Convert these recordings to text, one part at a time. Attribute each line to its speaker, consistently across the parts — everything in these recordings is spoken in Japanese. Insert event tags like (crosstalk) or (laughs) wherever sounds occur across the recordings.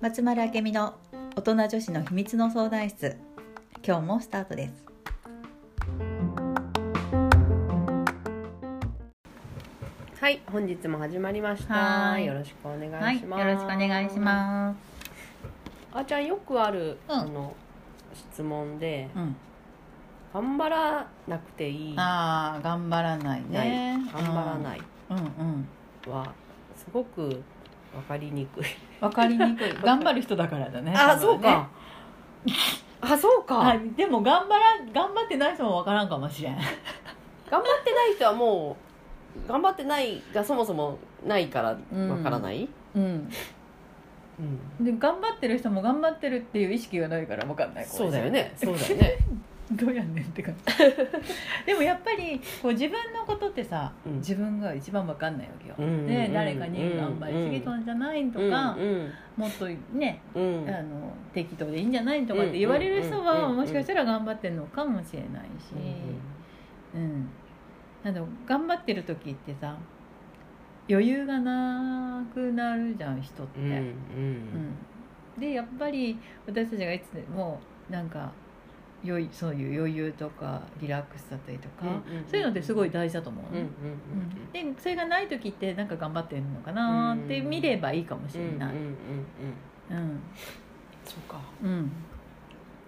Speaker 1: 松丸明美の大人女子の秘密の相談室今日もスタートです
Speaker 2: はい、本日も始まりました。
Speaker 1: はーい
Speaker 2: よろしくお願
Speaker 1: はいい
Speaker 2: し
Speaker 1: よ
Speaker 2: ます。。
Speaker 1: ろしくお願いします
Speaker 2: あーちゃんよくある、
Speaker 1: うん
Speaker 2: あの質問で、
Speaker 1: す、うん、
Speaker 2: 頑張らなくていい、な
Speaker 1: ああ頑張らない
Speaker 2: い
Speaker 1: ね
Speaker 2: 頑張らない
Speaker 1: うんうん
Speaker 2: はすごくわかりにくい。
Speaker 1: わかりに
Speaker 2: (laughs)
Speaker 1: くい頑張る人だからだね
Speaker 2: あー、
Speaker 1: 多
Speaker 2: そう
Speaker 1: 分ね
Speaker 2: か。あ、そうか。
Speaker 1: あでも頑張ら頑張ってない人もわからんかもしれん
Speaker 2: 頑張ってない人はもう頑張ってないがそもそもないから
Speaker 1: うん
Speaker 2: わからない。
Speaker 1: うん
Speaker 2: うん
Speaker 1: で頑張ってる人も頑張ってるっていう意識がないからわかんないかもしれ
Speaker 2: そう
Speaker 1: ない
Speaker 2: だよね。そうだよね。
Speaker 1: どうやんねんって
Speaker 2: (laughs)
Speaker 1: 感じでもやっぱりこう自分のことってさ、
Speaker 2: うん
Speaker 1: 自分が一番わかんないわけよ、
Speaker 2: うんうんうん
Speaker 1: で誰かに頑張りすぎたんじゃないとか、
Speaker 2: うん
Speaker 1: もっとね、
Speaker 2: うんうん
Speaker 1: あの適当でいいんじゃないとかって言われる人
Speaker 2: うんうん
Speaker 1: は
Speaker 2: うんうん
Speaker 1: もしかしたら頑張ってるのかもしれないし、うんあの頑張ってる時ってさ余裕がなくなるじゃん人って、
Speaker 2: うんうん
Speaker 1: うん、でやっぱり私たちがいつでもなんかよいそういう余裕とかリラックスだったりとか、
Speaker 2: うんうん
Speaker 1: そういうのってすごい大事だと思う
Speaker 2: うんう
Speaker 1: の
Speaker 2: ん
Speaker 1: ね、うんでそれがない時ってなんか頑張ってるのかなーって
Speaker 2: うん
Speaker 1: 見ればいいかもし
Speaker 2: うんうん
Speaker 1: れない、
Speaker 2: うんうんうん
Speaker 1: うん
Speaker 2: そうか
Speaker 1: うん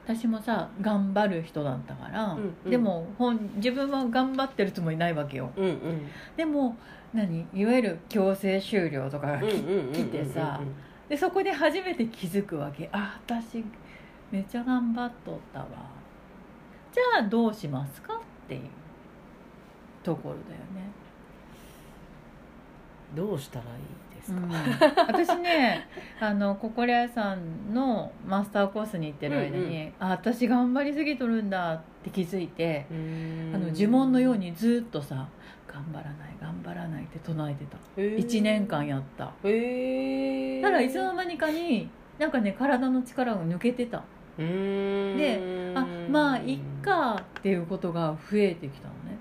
Speaker 1: 私もさ頑張る人だったから、
Speaker 2: うんうん
Speaker 1: でも本自分は頑張ってるつもりないわけよ
Speaker 2: うんうん
Speaker 1: でも何いわゆる強制終了とかが来
Speaker 2: うんうんうん
Speaker 1: 来てさでそこで初めて気づくわけあ私めっちゃ頑張っとったわじゃあどうしますかっていうところだよね
Speaker 2: どうしたらいいですか (laughs)
Speaker 1: 私ねあのココレアさんのマスターコースに行ってる間に、
Speaker 2: うん
Speaker 1: あ私頑張りすぎとるんだって気づいて、
Speaker 2: あ
Speaker 1: あの
Speaker 2: の
Speaker 1: 呪文のようにずっとさ「頑張らない頑張らない」って唱えてた1年間やった
Speaker 2: へえ
Speaker 1: たらいつの間にかになんかね体の力が抜けてた
Speaker 2: で
Speaker 1: あまあいっかっていうことが増えてきたのね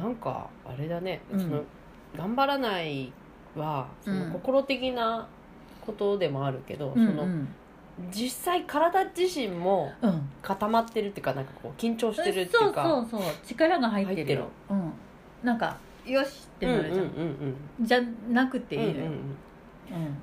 Speaker 2: なんかあれだね
Speaker 1: う
Speaker 2: そ
Speaker 1: ん
Speaker 2: の頑張らないはそ
Speaker 1: うん
Speaker 2: の心的なことでもあるけどそ
Speaker 1: うん
Speaker 2: の実際体自身も
Speaker 1: うん、うん、
Speaker 2: 固まってるっていうかなんかこう緊張してるってい
Speaker 1: そう
Speaker 2: うか
Speaker 1: そうそう力が入ってるようん、なんかよしってなるじゃん、
Speaker 2: うんうんうん
Speaker 1: じゃなくていいの
Speaker 2: うんう
Speaker 1: よ、
Speaker 2: んうん
Speaker 1: うん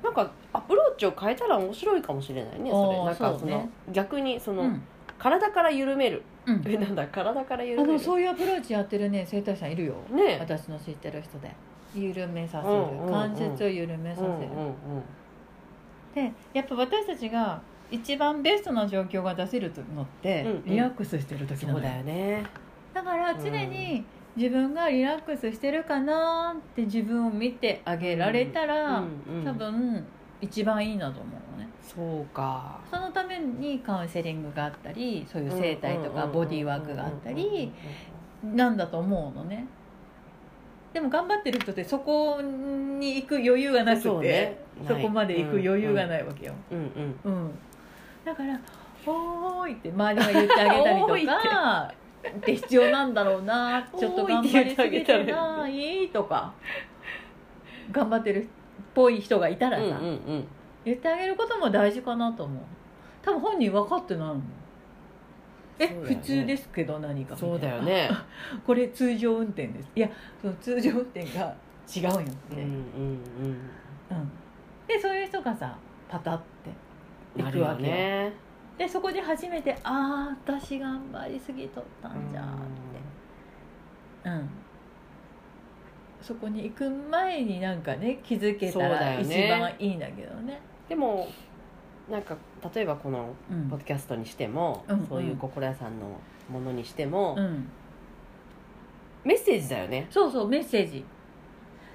Speaker 2: なんかアプローチを変えたら面白いかもしれないねそ
Speaker 1: おー
Speaker 2: れなんか
Speaker 1: そ
Speaker 2: そうの
Speaker 1: ね
Speaker 2: 逆にそうの、
Speaker 1: ん
Speaker 2: 体から緩める
Speaker 1: うん
Speaker 2: えなんだ体から緩
Speaker 1: あ
Speaker 2: め
Speaker 1: の
Speaker 2: る
Speaker 1: そういうアプローチやってるね整体師さんいるよ
Speaker 2: ねえ
Speaker 1: 私の知ってる人で緩めさせ
Speaker 2: うんうんう
Speaker 1: る
Speaker 2: ん
Speaker 1: 関節を緩めさ
Speaker 2: う
Speaker 1: せ
Speaker 2: ん
Speaker 1: る、
Speaker 2: うんうん
Speaker 1: でやっぱ私たちが一番ベストな状況が出せるのって、
Speaker 2: うんうん
Speaker 1: リラックスしてる時なの
Speaker 2: そう
Speaker 1: よ
Speaker 2: だよね
Speaker 1: だから常に自分がリラックスしてるかなって自分を見てあげられたら、
Speaker 2: うんうん
Speaker 1: 多分一番いいなと思うのね
Speaker 2: そうか
Speaker 1: そのためにカウンセリングがあったりそういう整体とか
Speaker 2: うんうんうんうん
Speaker 1: ボディーワークがあったりなんだと思うのねでも頑張ってる人ってそこに行く余裕がなくて
Speaker 2: そ
Speaker 1: そ,、
Speaker 2: うね
Speaker 1: こまで行く余裕がないいわけよ、
Speaker 2: うんうん
Speaker 1: うん、だから「おーい」って周りが言ってあげたり
Speaker 2: おーい
Speaker 1: とかって必要なんだろう
Speaker 2: (laughs)
Speaker 1: なちょっと頑張りすぎてないとか頑張ってるっぽい人がいたら
Speaker 2: う
Speaker 1: さ、
Speaker 2: んうんうん
Speaker 1: 言ってあげることも大事かなと思う多分本人分かってないもんえ、
Speaker 2: そうだよね
Speaker 1: 普通ですけど何かみたいな
Speaker 2: そうだよ
Speaker 1: (laughs)
Speaker 2: ね
Speaker 1: これ通常運転ですいやその通常運転が違うよって、
Speaker 2: う
Speaker 1: うんん
Speaker 2: うん
Speaker 1: でそういう人がさパタって行
Speaker 2: うんな
Speaker 1: く
Speaker 2: るよ
Speaker 1: わけよ
Speaker 2: ね
Speaker 1: でそこで初めて「ああ私頑張りすぎとったんじゃ」って、うん、そこに行く前になんかね気づけた
Speaker 2: そうだ
Speaker 1: ら
Speaker 2: よ
Speaker 1: 一
Speaker 2: ね
Speaker 1: 番いいんだけどね
Speaker 2: でもなんか例えばこの
Speaker 1: う
Speaker 2: ポッ
Speaker 1: ん
Speaker 2: ドキャストにしても、
Speaker 1: うん
Speaker 2: そういう心屋さんのものにしても、
Speaker 1: うん、
Speaker 2: メッセージだよね
Speaker 1: そうそうメッセージ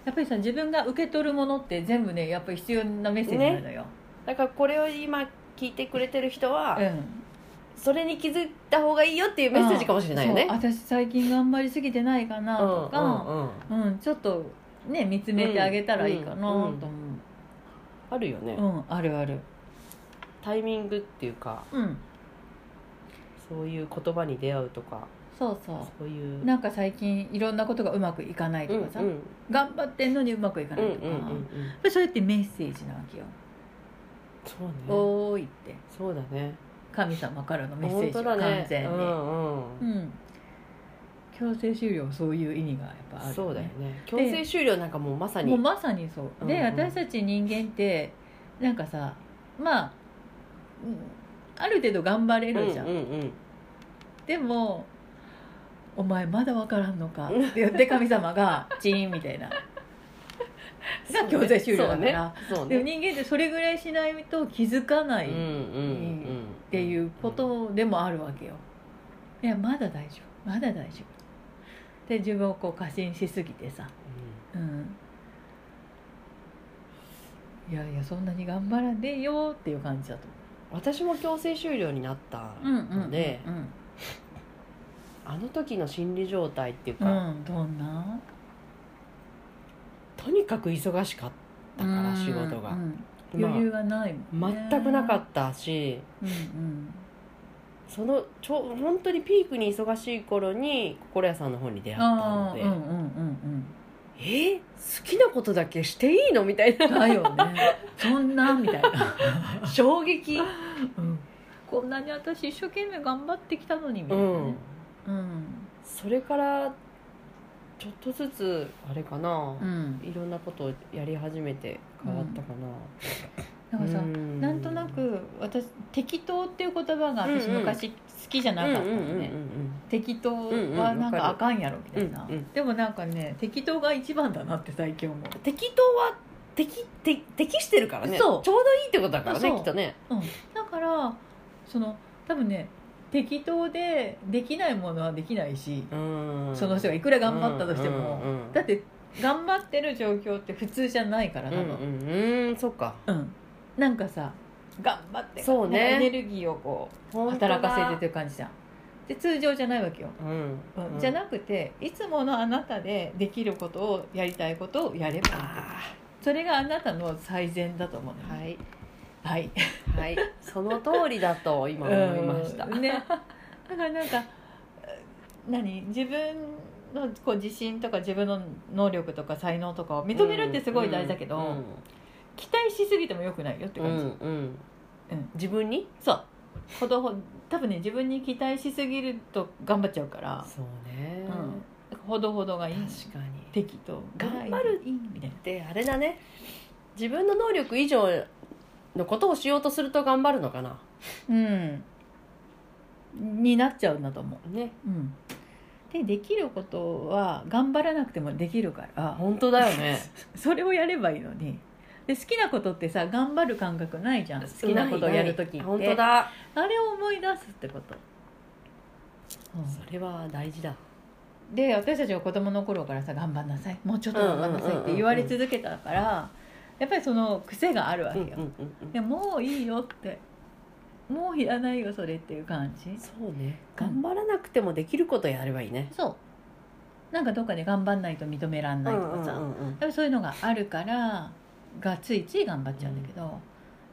Speaker 1: やっぱりさ自分が受け取るものって全部ねやっぱり必要なメッセージなのよ、
Speaker 2: だからこれを今聞いてくれてる人は、
Speaker 1: うん、
Speaker 2: それに気づいた方がいいよっていうメッセージかもしれないよね
Speaker 1: そう私最近頑張りすぎてないかなとか、
Speaker 2: うんうんうん
Speaker 1: うん、ちょっとね見つめてあげたらいいかなと思う、
Speaker 2: うんあるよね、
Speaker 1: うん、あるある
Speaker 2: タイミングっていうか
Speaker 1: うん
Speaker 2: そういう言葉に出会うとか
Speaker 1: そうそ
Speaker 2: そういう
Speaker 1: うなんか最近いろんなことがうまくいかないとかさ、
Speaker 2: うんうん
Speaker 1: 頑張ってんのにうまくいか
Speaker 2: う
Speaker 1: なんい
Speaker 2: うん
Speaker 1: とか、
Speaker 2: うん
Speaker 1: や
Speaker 2: う
Speaker 1: っ
Speaker 2: ん
Speaker 1: ぱりそれってメッセージなわけよ
Speaker 2: そ
Speaker 1: 「
Speaker 2: うね
Speaker 1: おーい」って
Speaker 2: そうだね
Speaker 1: 神様からのメッセー
Speaker 2: 本
Speaker 1: ジ
Speaker 2: 当
Speaker 1: を
Speaker 2: だ
Speaker 1: 完
Speaker 2: ね
Speaker 1: 全に、
Speaker 2: うん
Speaker 1: う
Speaker 2: うん
Speaker 1: ん、強制終了そういう意味がやっぱあるよね
Speaker 2: そうだよね強制終了なんかもうまさ
Speaker 1: もう
Speaker 2: に
Speaker 1: まさにそうで、
Speaker 2: うんうん
Speaker 1: 私たち人間ってなんかさまあうんある程度頑張れ
Speaker 2: うんう
Speaker 1: る
Speaker 2: ん
Speaker 1: じゃん、
Speaker 2: うん
Speaker 1: でも「お前まだ分からんのか」って言って神様
Speaker 2: (laughs)
Speaker 1: が「チーン」みたいなが強制終了だから、
Speaker 2: そう
Speaker 1: で
Speaker 2: ね
Speaker 1: も人間ってそれぐらいしないと気づかない
Speaker 2: うんうん
Speaker 1: っ
Speaker 2: うん
Speaker 1: ていうことでもあるわけよいやまだ大丈夫まだ大丈夫で自分をこう過信しすぎてさうんいやいやそんなに頑張らんでいいよっていう感じだと
Speaker 2: 私も強制終了になった
Speaker 1: 思う
Speaker 2: ので
Speaker 1: うん
Speaker 2: あの時の心理状態っていう
Speaker 1: うん、う
Speaker 2: か
Speaker 1: ん、どんな
Speaker 2: とにかく忙しかったから仕事が
Speaker 1: うん
Speaker 2: まあ
Speaker 1: 余裕がないもん、ね
Speaker 2: 全くなかったし
Speaker 1: うんうん
Speaker 2: そのちょ本当にピークに忙しい頃に心屋さんの本に出会った
Speaker 1: あ
Speaker 2: の
Speaker 1: あ
Speaker 2: で、
Speaker 1: うんうんうん
Speaker 2: えー好きなことだけしていいのみたい
Speaker 1: うんだよねそんなみたいな、
Speaker 2: な衝撃、
Speaker 1: こんなに私一生懸命頑張ってきたのにみた
Speaker 2: う
Speaker 1: いなね
Speaker 2: ん、
Speaker 1: うん
Speaker 2: それからちょっとずつあれかな、
Speaker 1: うん
Speaker 2: いろんなことをやり始めて変わったか
Speaker 1: だ
Speaker 2: な、
Speaker 1: からさ、
Speaker 2: うん
Speaker 1: なんとなく私適当っていう言葉が私
Speaker 2: うんうん
Speaker 1: 昔好きじゃなかったのね、適当はなんかあかんやろみたいな、
Speaker 2: うんうん
Speaker 1: でもなんかね適当が一番だなって最近思う
Speaker 2: 適当は適適適してるからね
Speaker 1: そう
Speaker 2: ちょうどいいってことだからね
Speaker 1: そう
Speaker 2: きっとね
Speaker 1: うん、だからその多分ね適当でできないものはできないし、その人がいくら頑張ったとしても、
Speaker 2: うんうんうん
Speaker 1: だって頑張ってる状況って普通じゃないから
Speaker 2: う
Speaker 1: 多
Speaker 2: んう
Speaker 1: 分、
Speaker 2: んうんうんそっか
Speaker 1: うんなんかさ頑張って
Speaker 2: そうね
Speaker 1: エネルギーをこう働かせてという感じじゃんで通常じゃないわけよ、
Speaker 2: うん
Speaker 1: うんじゃなくていつものあなたでできることをやりたいことをやればいい
Speaker 2: あ
Speaker 1: それがあなたの最善だと思う
Speaker 2: ー
Speaker 1: の
Speaker 2: は
Speaker 1: ね
Speaker 2: い
Speaker 1: はい、
Speaker 2: はいその通りだと今思いました
Speaker 1: うんね、だからなんかえ何自分のこう自信とか自分の能力とか才能とかを認めるってすごい大事だけど、期待しすぎてもよくないよって
Speaker 2: うんう
Speaker 1: 感
Speaker 2: ん
Speaker 1: じ、
Speaker 2: うん
Speaker 1: うん
Speaker 2: 自分に
Speaker 1: そうほどほど多分ね自分に期待しすぎると頑張っちゃうから、
Speaker 2: そうね
Speaker 1: うん、ほどほどがいい
Speaker 2: 確かに
Speaker 1: 適当
Speaker 2: 頑張る
Speaker 1: いいみたいな
Speaker 2: であれだね自分の能力以上のことをしようとすると頑張るのかな
Speaker 1: うんになっちゃうんだと思う
Speaker 2: ね
Speaker 1: うん、でできることは頑張らなくてもできるから
Speaker 2: 本当だ
Speaker 1: (laughs)
Speaker 2: よね
Speaker 1: それをやればいいのにで好きなことってさ頑張る感覚ないじゃん好きなことをやるときって
Speaker 2: 本当だ
Speaker 1: あれを思い出すってこと、
Speaker 2: それは大事だ
Speaker 1: で私たちは子供の頃からさ頑張んなさいもうちょっと頑張んなさいって言われ続けたからやっぱりその癖があるわけよ、でもういいよってもういらないよそれっていう感じ
Speaker 2: そうね頑張らなくてもできることやればいいね
Speaker 1: そうなんかどっかで頑張んないと認めらんないとかさ、
Speaker 2: うんうんうんうん
Speaker 1: やっぱりそういうのがあるからがついつい頑張っちゃうんだけど、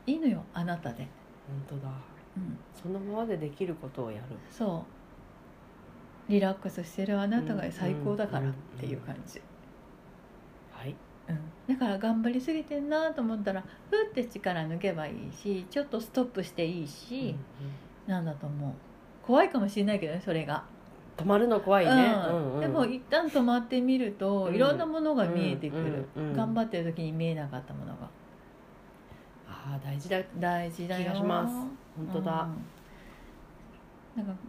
Speaker 1: いいのよあなたで、
Speaker 2: 本当だ
Speaker 1: うん、
Speaker 2: そのままでできることをやる
Speaker 1: そうリラックスしてるあなたが最高だからっていう感じ、
Speaker 2: はい
Speaker 1: うん、だから頑張りすぎてんなと思ったらふーって力抜けばいいしちょっとストップしていいし、なんだと思う怖いかもしれないけどねそれが、
Speaker 2: 止まるの怖いね
Speaker 1: うんでも
Speaker 2: い
Speaker 1: 一旦止まってみると、
Speaker 2: うん
Speaker 1: いろんなものが見えてくる、頑張
Speaker 2: っ
Speaker 1: ってる時に見えなかったものが
Speaker 2: ああ大事だ
Speaker 1: 大事だよ
Speaker 2: 気がします本当だ
Speaker 1: うんなんか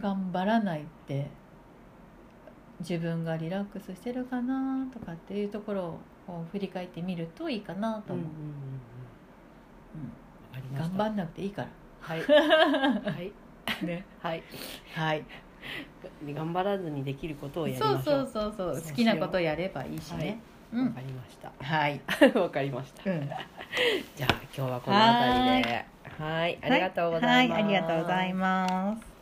Speaker 1: 頑張らないって自分がリラックスしてるかなとかっていうところをこう振り返ってみるといいかなと
Speaker 2: うん
Speaker 1: 思
Speaker 2: うん
Speaker 1: う、
Speaker 2: うんうんわかりまし
Speaker 1: 頑
Speaker 2: た
Speaker 1: 張んなくていいか (laughs)
Speaker 2: はいはい
Speaker 1: らね
Speaker 2: はい
Speaker 1: はい
Speaker 2: 頑張らずにできることをやりまし
Speaker 1: そ
Speaker 2: ょ
Speaker 1: う
Speaker 2: う
Speaker 1: そうそうそう
Speaker 2: そうしよう
Speaker 1: 好きなことやればいいしね、う
Speaker 2: わ
Speaker 1: ん
Speaker 2: かりました
Speaker 1: (laughs) はい、
Speaker 2: わかりました
Speaker 1: うん、
Speaker 2: じゃあ今日はこの辺りではいありがとうございま
Speaker 1: は
Speaker 2: す、
Speaker 1: い、ありがとうございます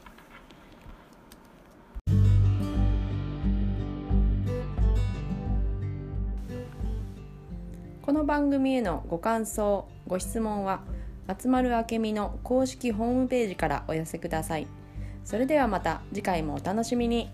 Speaker 2: この番組へのご感想ご質問は集まるあけみの公式ホームページからお寄せくださいそれではまた次回もお楽しみに